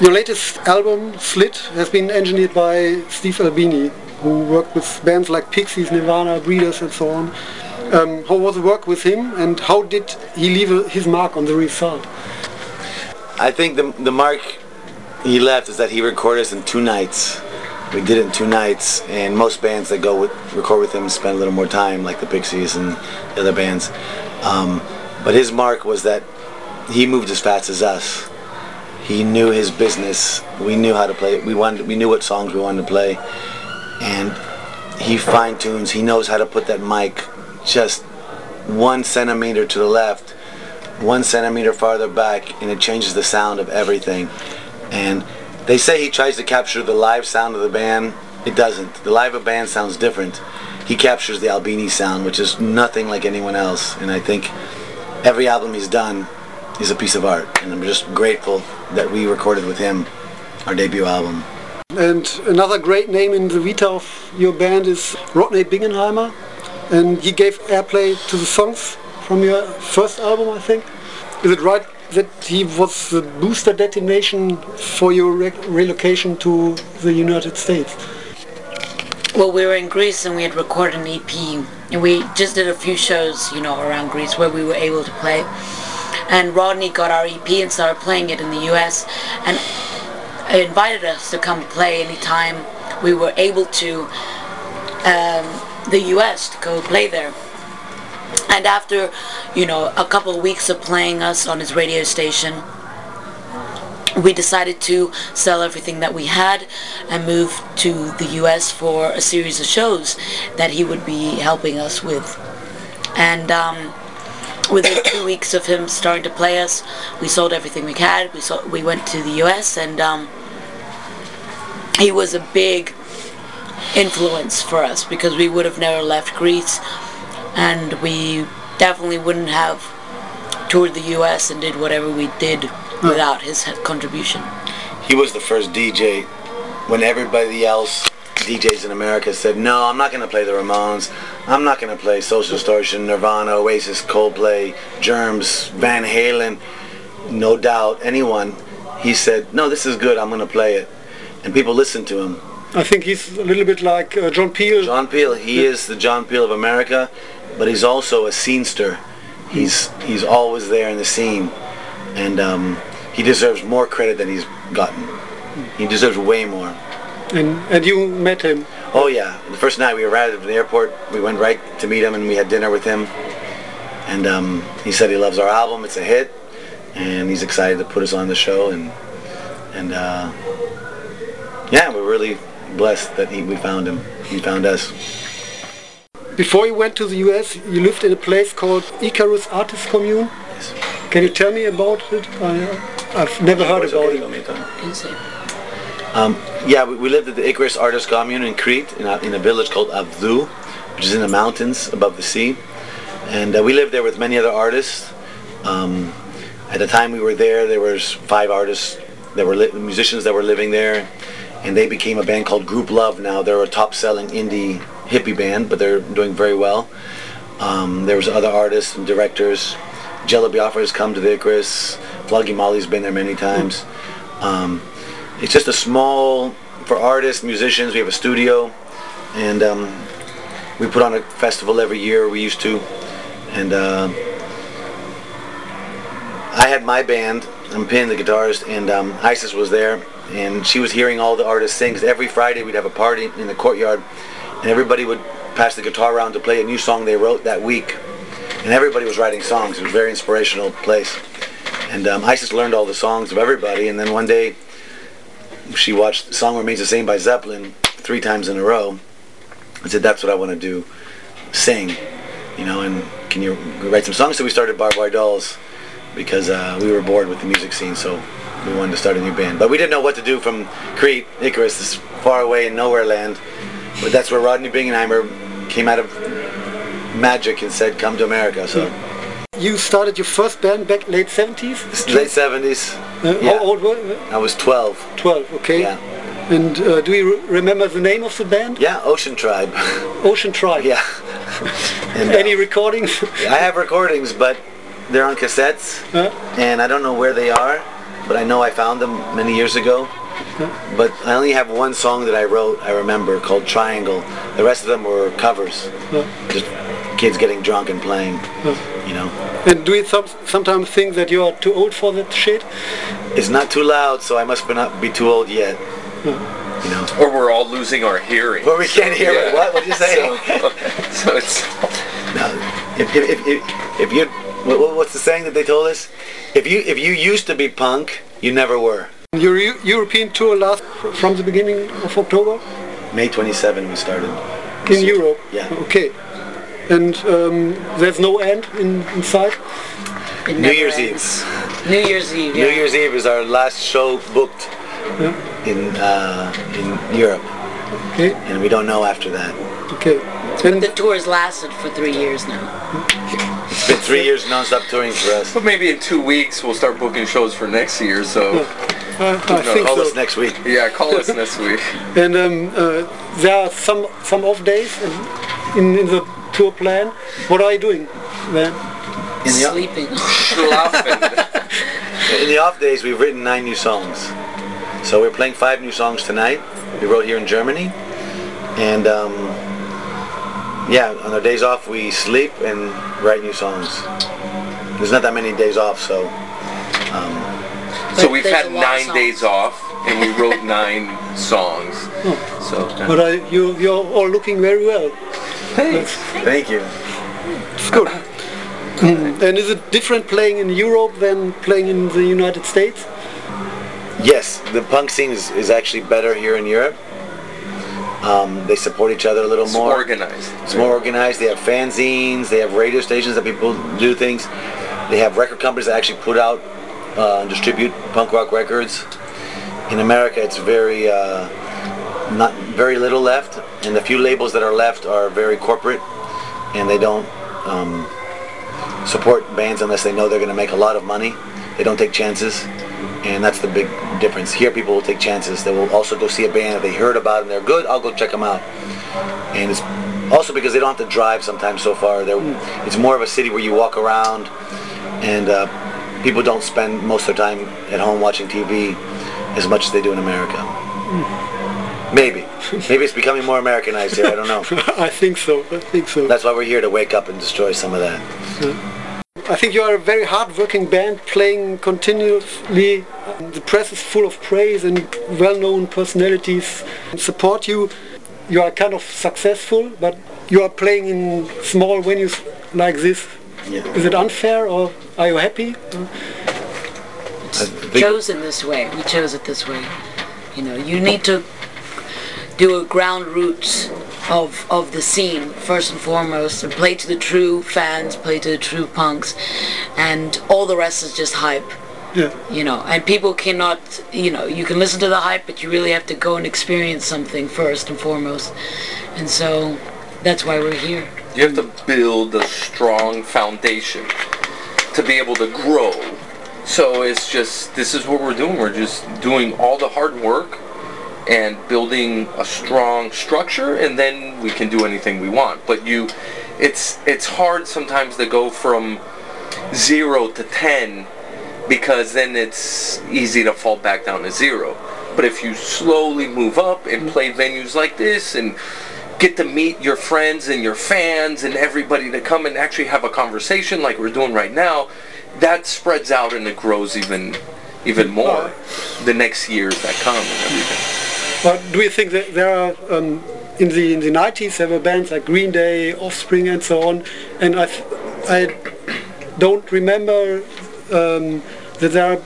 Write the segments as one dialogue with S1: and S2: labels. S1: Your latest album, Slit, has been engineered by Steve Albini, who worked with bands like Pixies, Nirvana, Breeders and so on. Um, how was the work with him and how did he leave a, his mark on the result?
S2: I think the, the mark he left is that he recorded us in two nights. We did it in two nights, and most bands that go with record with him spend a little more time, like the Pixies and the other bands. Um, but his mark was that he moved as fast as us. He knew his business. We knew how to play it. We wanted. We knew what songs we wanted to play, and he fine tunes. He knows how to put that mic just one centimeter to the left, one centimeter farther back, and it changes the sound of everything. And they say he tries to capture the live sound of the band. It doesn't. The live of band sounds different. He captures the Albini sound, which is nothing like anyone else. And I think every album he's done is a piece of art. And I'm just grateful that we recorded with him our debut album.
S1: And another great name in the vita of your band is Rodney Bingenheimer, and he gave airplay to the songs from your first album, I think. Is it right that he was the booster detonation for your re- relocation to the United States?
S3: Well, we were in Greece and we had recorded an EP, and we just did a few shows, you know, around Greece where we were able to play. And Rodney got our EP and started playing it in the U.S. and invited us to come play anytime we were able to um, the U.S. to go play there. And after, you know, a couple of weeks of playing us on his radio station, we decided to sell everything that we had and move to the US for a series of shows that he would be helping us with. And um, within two weeks of him starting to play us, we sold everything we had. We sold, we went to the US and um, he was a big influence for us because we would have never left Greece and we definitely wouldn't have toured the US and did whatever we did without his contribution.
S2: he was the first DJ when everybody else DJs in America said, "No, I'm not going to play the Ramones. I'm not going to play Social Distortion, Nirvana, Oasis, Coldplay, Germs, Van Halen, no doubt anyone." He said, "No, this is good. I'm going to play it." And people listened to him.
S1: I think he's a little bit like uh, John Peel.
S2: John Peel, he is the John Peel of America, but he's also a scenester. He's he's always there in the scene, and um, he deserves more credit than he's gotten. He deserves way more.
S1: And, and you met him.
S2: Oh yeah, the first night we arrived at the airport, we went right to meet him and we had dinner with him. And um, he said he loves our album; it's a hit, and he's excited to put us on the show. And and uh, yeah, we're really blessed that he, we found him. He found us.
S1: Before you went to the US, you lived in a place called Icarus Artist Commune. Can you tell me about it? I, uh, I've never heard about it.
S2: Um, yeah, we, we lived at the Icarus Artist Commune in Crete, in a, in a village called Avdu, which is in the mountains above the sea. And uh, we lived there with many other artists. Um, at the time we were there, there was five artists that were li- musicians that were living there, and they became a band called Group Love. Now they're a top-selling indie hippie band, but they're doing very well. Um, there was other artists and directors. Jello Biafra has come to the Icarus. Floggy Molly's been there many times. Um, it's just a small for artists, musicians. We have a studio, and um, we put on a festival every year. We used to, and. Uh, I had my band. I'm pin the guitarist, and um, Isis was there, and she was hearing all the artists sing. 'cause every Friday we'd have a party in the courtyard, and everybody would pass the guitar around to play a new song they wrote that week, and everybody was writing songs. It was a very inspirational place, and um, Isis learned all the songs of everybody. And then one day, she watched "Song Remains the Same" by Zeppelin three times in a row, and said, "That's what I want to do, sing." you know, and can you write some songs? So we started Barbed Wire Dolls because uh, we were bored with the music scene, so we wanted to start a new band. But we didn't know what to do from Crete, Icarus, this far away in nowhere land. But that's where Rodney Bingenheimer came out of magic and said, come to America. So
S1: You started your first band back late 70s?
S2: late 70s,
S1: Uh,
S2: yeah.
S1: How old were you?
S2: I was 12.
S1: 12, okay.
S2: Yeah.
S1: And uh, do you re- remember the name of the band?
S2: Yeah, Ocean Tribe.
S1: Ocean Tribe.
S2: yeah. And, uh,
S1: Any recordings?
S2: I have recordings, but they're on cassettes,
S1: Huh?
S2: and I don't know where they are. but I know I found them many years ago. But I only have one song that I wrote, I remember, called Triangle. The rest of them were covers. Just kids getting drunk and playing, you know.
S1: And do you some, sometimes think that you are too old for that shit?
S2: It's not too loud, so I must be not be too old yet. You know.
S4: Or we're all losing our hearing.
S2: But we can't hear it.
S4: Yeah.
S2: What? What'd you say?
S4: So, so it's
S2: if, if, if, if, if you what, what- what's the saying that they told us if you if you used to be punk you never were
S1: Your Eu- European tour last fr- from the beginning of October
S2: may 27 we started
S1: in Europe.
S2: yeah
S1: Okay. And um, there's no end in, in sight.
S3: It
S2: new
S3: never
S2: year's
S3: ends.
S2: eve
S3: New Year's Eve.
S2: new
S3: yeah.
S2: year's eve is our last show booked in uh, in europe
S1: Okay.
S2: and we don't know after that
S1: Okay.
S3: The
S1: And
S3: tour's lasted for three years now.
S2: it's been three years non-stop touring for us
S4: but maybe in two weeks we'll start booking shows for next year. So
S1: uh, I
S4: No,
S1: think
S2: call
S1: so.
S2: us next week
S4: yeah, call us next week.
S1: And um, uh, there are some some off days in, in the tour plan. What are you doing then?
S2: in the,
S3: Sleeping.
S4: Schlafen.
S2: In the off days, we've written nine new songs. So we're playing five new songs tonight. We wrote here in Germany, and um, yeah, on our days off, we sleep and write new songs. There's not that many days off, so
S4: So we've
S3: There's
S4: had
S3: a lot of
S4: nine
S3: songs.
S4: days off, and we wrote nine songs. So
S1: But I, you you're all looking very well.
S4: thanks.
S2: thank you.
S1: It's good. Mm. And is it different playing in Europe than playing in the United States?
S2: Yes, the punk scene is, is actually better here in Europe. Um, they support each other a little
S4: It's
S2: more.
S4: organized.
S2: It's more organized. They have fanzines. They have radio stations that people do things. They have record companies that actually put out uh, and distribute punk rock records. In America, it's very uh, not very little left, and the few labels that are left are very corporate, and they don't um, support bands unless they know they're going to make a lot of money. They don't take chances, and that's the big difference. Here, people will take chances. They will also go see a band if they heard about and they're good. I'll go check them out and it's also because they don't have to drive sometimes so far. They're, It's more of a city where you walk around, and uh, people don't spend most of their time at home watching TV as much as they do in America. Maybe, maybe it's becoming more Americanized here. I don't know.
S1: I think so. I think so.
S2: That's why we're here to wake up and destroy some of that.
S1: I think you are a very hard-working band, playing continuously. The press is full of praise, and well-known personalities support you. You are kind of successful, but you are playing in small venues like this.
S2: Yeah.
S1: Is it unfair, or are you happy?
S2: I think-
S3: chosen this way. We chose it this way. You know, you need to do a ground roots of of the scene first and foremost, and play to the true fans, play to the true punks, and all the rest is just hype.
S1: Yeah.
S3: You know, and people cannot. You know, you can listen to the hype, but you really have to go and experience something first and foremost. And so, that's why we're here.
S4: You have to build a strong foundation to be able to grow. So it's just this is what we're doing. We're just doing all the hard work and building a strong structure and then we can do anything we want. But you it's it's hard sometimes to go from 0 to 10 because then it's easy to fall back down to 0. But if you slowly move up and play venues like this and get to meet your friends and your fans and everybody to come and actually have a conversation like we're doing right now, that spreads out and it grows even even more the next years that come and everything.
S1: But do you think that there are um, in the in the 90s there were bands like Green Day, Offspring, and so on, and I th- I don't remember um, that there are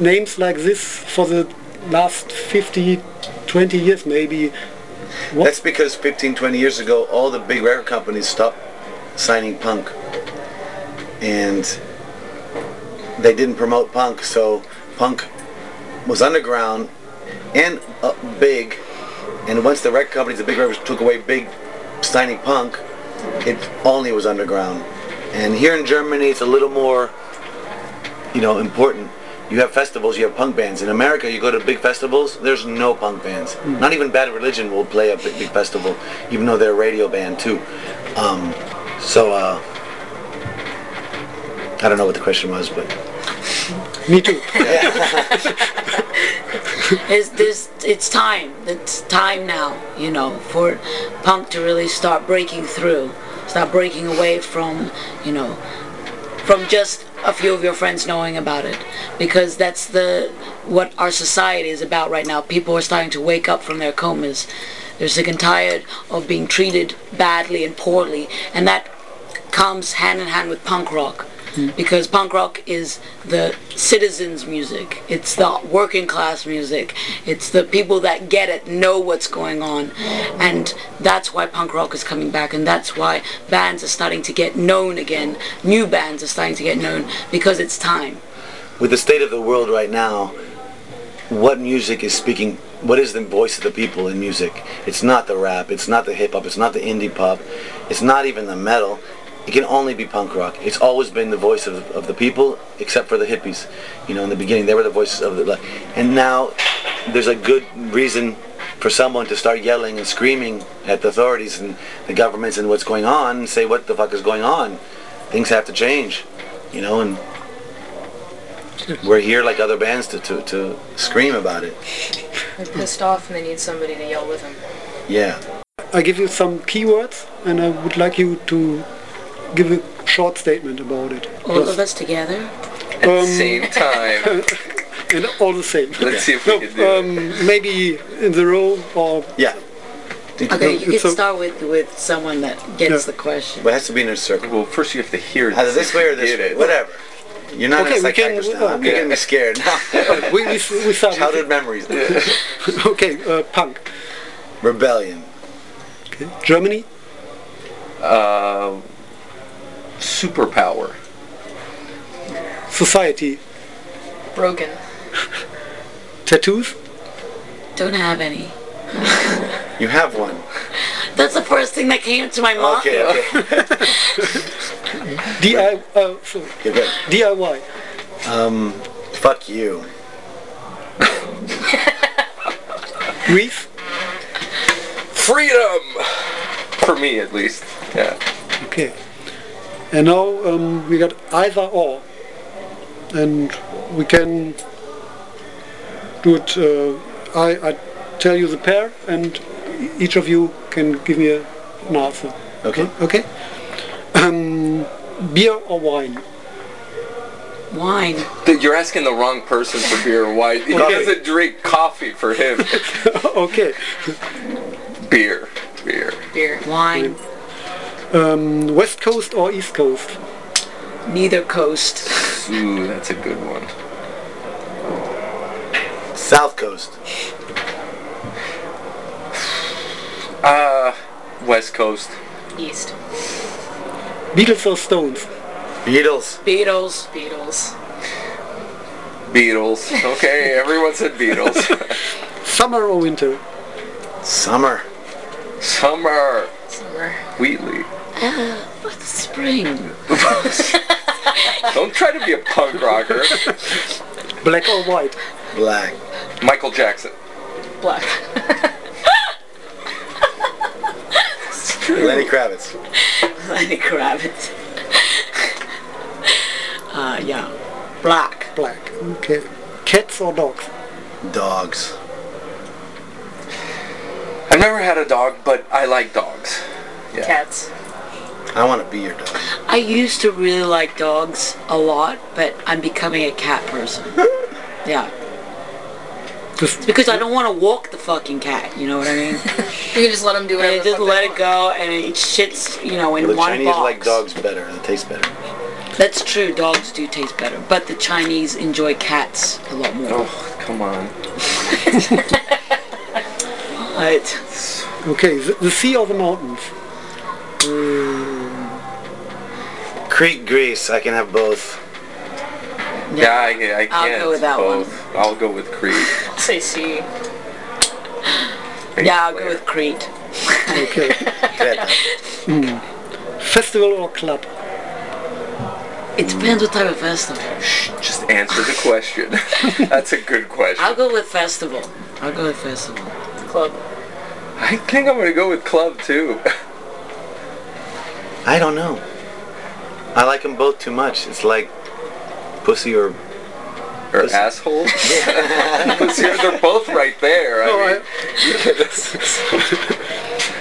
S1: names like this for the last 50, 20 years maybe.
S2: That's because 15, 20 years ago, all the big record companies stopped signing punk. And they didn't promote punk, so punk was underground and uh, big. And once the record companies, the big records took away big signing punk, it only was underground. And here in Germany, it's a little more, you know, important. You have festivals, you have punk bands. In America, you go to big festivals, there's no punk bands. Not even Bad Religion will play a big, big festival, even though they're a radio band too. Um, so, uh, I don't know what the question was, but
S1: Me too.
S3: It's this. It's time. It's time now. You know, for punk to really start breaking through, start breaking away from, you know, from just a few of your friends knowing about it, because that's the what our society is about right now. People are starting to wake up from their comas. They're sick and tired of being treated badly and poorly, and that comes hand in hand with punk rock because punk rock is the citizens music it's the working class music it's the people that get it know what's going on and that's why punk rock is coming back and that's why bands are starting to get known again new bands are starting to get known because it's time
S2: With the state of the world right now, what music is speaking? What is the voice of the people in music? It's not the rap. It's not the hip hop. It's not the indie pop. It's not even the metal. It can only be punk rock. It's always been the voice of, of the people, except for the hippies. You know, in the beginning, they were the voices of the left. And now, there's a good reason for someone to start yelling and screaming at the authorities and the governments and what's going on and say, what the fuck is going on? Things have to change. You know, and we're here like other bands to, to, to scream about it.
S5: They're pissed off and they need somebody to yell with them.
S2: Yeah.
S1: I give you some keywords, and I would like you to give a short statement about it.
S3: all of us together
S4: At the same time,
S1: And all the same.
S4: let's see if we
S1: No,
S4: can do it.
S1: um, maybe in the row or
S2: Yeah.
S3: okay you
S1: it's
S3: can
S1: a-
S3: start with with someone that gets
S1: Yeah.
S3: the question
S2: But it has to be in a circle.
S4: Well, first you have to hear
S2: Either this way or this
S4: Get
S2: way.
S4: it.
S2: Whatever. You're not
S1: Okay,
S2: a
S1: we can-
S2: psychiatrist now. I'm
S1: okay.
S2: getting me scared now.
S1: we, we, we start.
S2: Childhood memories.
S1: With, okay, uh, punk.
S2: Rebellion.
S1: Okay. Germany,
S4: Uh, superpower.
S1: society,
S5: Broken.
S1: tattoos.
S3: don't have any
S2: You have one.
S3: that's the first thing that came to my mind
S2: Okay, okay.
S1: DIY. Uh, sorry.
S2: You're good.
S1: DIY.
S2: Fuck you.
S1: Grief.
S4: Freedom! For me, at least. Yeah.
S1: Okay. And now um, we got either or, and we can do it. Uh, I, I tell you the pair, and each of you can give me a, an answer.
S2: Okay.
S1: Okay. Um, beer or wine?
S3: wine
S4: Dude, You're asking the wrong person for beer. Why? He
S1: Okay.
S4: doesn't drink coffee for him.
S1: okay.
S4: beer. Beer.
S5: Beer.
S3: wine
S1: Um, West Coast or East Coast?
S3: neither coast
S4: Ooh, that's a good one.
S2: South Coast.
S4: Uh, West Coast.
S5: East.
S1: Beatles or Stones?
S2: Beatles.
S3: Beatles
S5: Beatles.
S4: Beatles. Okay, everyone said Beatles.
S1: Summer or winter?
S2: Summer.
S4: Summer.
S5: Summer.
S4: Wheatley.
S3: But the spring.
S4: Don't try to be a punk rocker.
S1: Black or white?
S2: Black.
S4: Michael Jackson.
S5: Black.
S2: Lenny Kravitz.
S3: Lenny Kravitz. uh, yeah. Black.
S1: Black. Okay. Cats or dogs?
S2: Dogs.
S4: I've never had a dog, but I like dogs. Yeah.
S5: Cats.
S2: I want to be your dog.
S3: I used to really like dogs a lot, but I'm becoming a cat person. Yeah.
S1: Just-
S3: Because I don't want to walk the fucking cat, you know what I mean?
S5: You can just let them do whatever.
S3: And
S5: the
S3: just
S5: fuck
S3: let
S5: they
S3: it go, and it shits, you know, in
S2: The
S3: one
S2: Chinese
S3: box.
S2: like dogs better. They taste better.
S3: That's true. Dogs do taste better, but the Chinese enjoy cats a lot more.
S4: Oh, come on.
S3: But
S1: Okay. The, the sea or the mountains?
S2: Creek Grease. I can have both.
S4: Yeah, I, I can't.
S3: I'll go with that one.
S4: both. I'll go with Creed.
S5: want. Say C.
S3: yeah, I'll go with Crete.
S1: Okay. Hmm. Festival or club?
S3: It depends what type of festival.
S4: Shh, just answer the question. That's a good question.
S3: I'll go with festival. I'll go with festival.
S5: Club.
S4: I think I'm gonna go with club too.
S2: I don't know. I like them both too much. It's like pussy or
S4: Or asshole? They're both right there. I
S1: No,
S4: mean,
S1: I-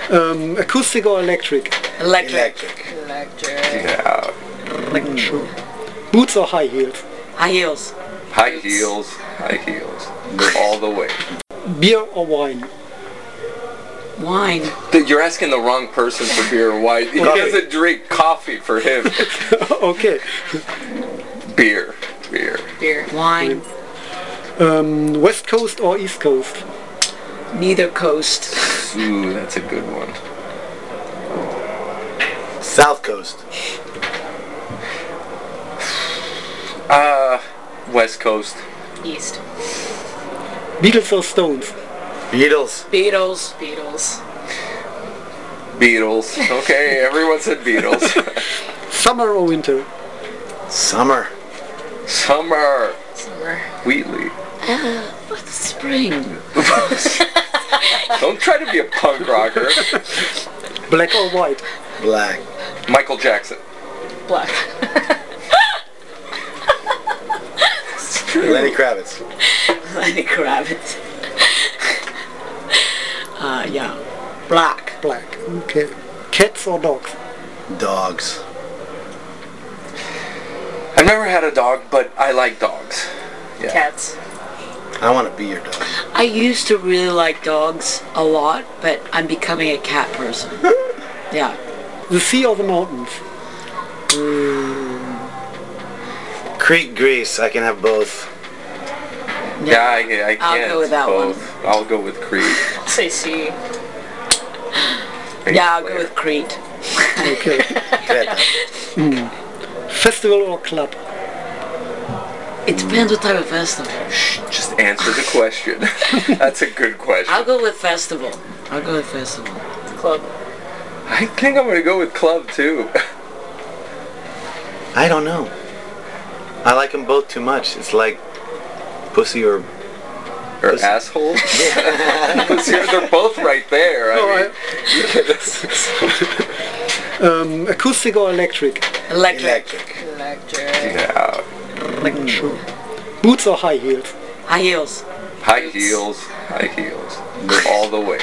S1: Um, acoustic or electric?
S3: Electric.
S2: Electric.
S5: Electric.
S4: yeah.
S1: Boots or high heels?
S3: High heels.
S4: High heels, high heels, all the way.
S1: Beer or wine?
S3: Wine.
S4: Dude, You're asking the wrong person for beer. Why he
S2: Coffee.
S4: doesn't drink coffee for him?
S1: okay.
S4: beer, beer.
S5: Beer.
S3: Wine.
S1: Um, West Coast or East Coast?
S3: Neither coast.
S4: Ooh, that's a good one.
S2: South Coast.
S4: Uh, West Coast.
S5: East.
S1: Beatles or Stones?
S2: Beatles.
S3: Beatles.
S5: Beatles.
S4: Beatles. Okay, everyone said Beatles.
S1: Summer or winter?
S2: Summer.
S4: Summer.
S5: Summer.
S4: Wheatley.
S3: What the spring?
S4: Don't try to be a punk rocker.
S1: Black or white?
S2: Black.
S4: Michael Jackson.
S5: Black.
S2: Lenny Kravitz.
S3: Lenny Kravitz. uh, yeah. Black.
S1: Black. Okay. Cats or dogs?
S2: Dogs.
S4: I've never had a dog, but I like dogs. Yeah.
S5: Cats.
S2: I want to be your dog.
S3: I used to really like dogs a lot, but I'm becoming a cat person. yeah.
S1: The sea or the mountains?
S2: Creek Grease. I can have both.
S4: Yeah, I, I can't.
S3: I'll go with that
S4: both. I'll go with Creed.
S5: I'll say C.
S3: Yeah, I'll go with Crete.
S1: Okay. Hmm.
S2: Greta.
S1: Festival or club?
S3: It depends what type of festival.
S4: Shh, just answer the question. That's a good question.
S3: I'll go with festival. I'll go with festival.
S5: Club.
S4: I think I'm gonna go with club too.
S2: I don't know. I like them both too much. It's like pussy or
S4: Or
S2: Pussy.
S4: asshole. Pussy. They're both right there. I
S1: No,
S4: mean,
S1: Um, acoustic or electric?
S3: Electric.
S2: electric.
S5: Electric.
S4: yeah.
S1: Boots or high heels?
S3: High heels.
S4: High heels, high heels, all the way.